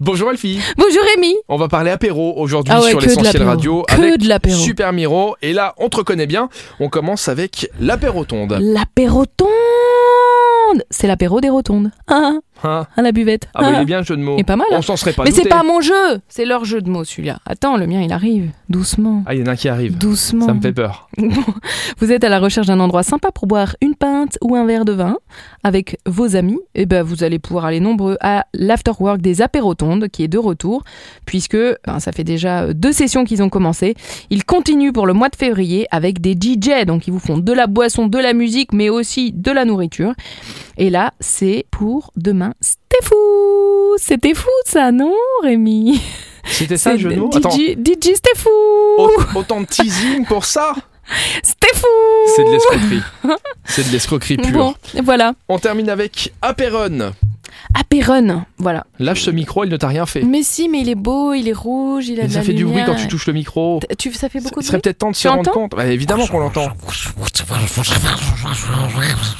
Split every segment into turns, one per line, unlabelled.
Bonjour Elfie,
Bonjour Rémi
on va parler apéro aujourd'hui
Ah ouais,
sur
que de
l'essentiel
l'apéro.
radio
Que
avec
de l'apéro
Super Miro et là on te reconnaît bien, on commence avec l'apéro tonde.
L'apéro tonde C'est l'apéro des rotondes. Hein
Hein
hein, la buvette.
ah bah
Hein
il est bien le jeu de mots.
Il est pas mal, hein
on s'en serait pas
Mais
douté.
c'est pas mon jeu C'est leur jeu de mots celui-là. Attends, le mien il arrive. Doucement.
Ah il y en a un qui arrive,
Doucement.
ça me fait peur.
Vous êtes à la recherche d'un endroit sympa pour boire une pinte ou un verre de vin avec vos amis. Et ben vous allez pouvoir aller nombreux à l'afterwork des apérotondes qui est de retour puisque ben, ça fait déjà deux sessions qu'ils ont commencé. Ils continuent pour le mois de février avec des DJ donc ils vous font de la boisson, de la musique mais aussi de la nourriture. Et là c'est pour demain. C'était fou, c'était fou ça non Rémi
C'était ça le jeu de mots Attends, Oh.
DJ, DJ c'était fou,
au- autant de teasing pour ça
c'était fou.
C'est de l'escroquerie, c'est de l'escroquerie pure.
Bon, voilà.
On termine avec Apéron.
Apéron, voilà.
Lâche ce micro, il ne t'a rien fait.
Mais si, mais il est beau, il est rouge, il a
Et
de
ça
la
fait du bruit
lumière.
quand tu touches le micro.
T- tu- ça fait beaucoup
Ce
de
serait
bruit.
peut-être temps de se
Tu
rendre
entends
compte. Bah, évidemment qu'on l'entend.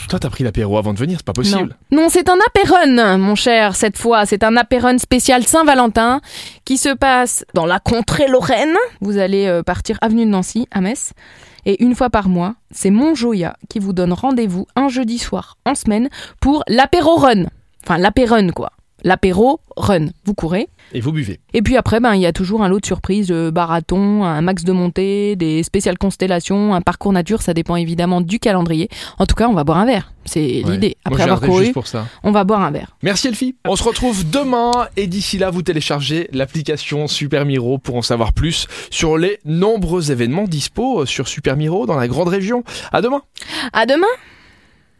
Toi, t'as pris l'apéro avant de venir, c'est pas possible.
Non, Non, c'est un apéron, mon cher, cette fois. C'est un apéron spécial Saint-Valentin qui se passe dans la contrée lorraine. Vous allez euh, partir avenue de Nancy, à Metz. Et une fois par mois, c'est mon Joya qui vous donne rendez-vous un jeudi soir en semaine pour l'apéro run. Enfin, l'apéron, quoi. L'apéro run. Vous courez.
Et vous buvez.
Et puis après, ben, il y a toujours un lot de surprises, de barathon, un max de montée, des spéciales constellations, un parcours nature, ça dépend évidemment du calendrier. En tout cas, on va boire un verre, c'est
Ouais.
l'idée.
Moi,
Après
je
avoir
viendrai
couru,
juste pour ça.
on va boire un verre.
Merci Elfie. On se retrouve demain et d'ici là, vous téléchargez l'application Super Miro pour en savoir plus sur euh, les nombreux événements dispo sur Super Miro dans la grande région. À demain.
À demain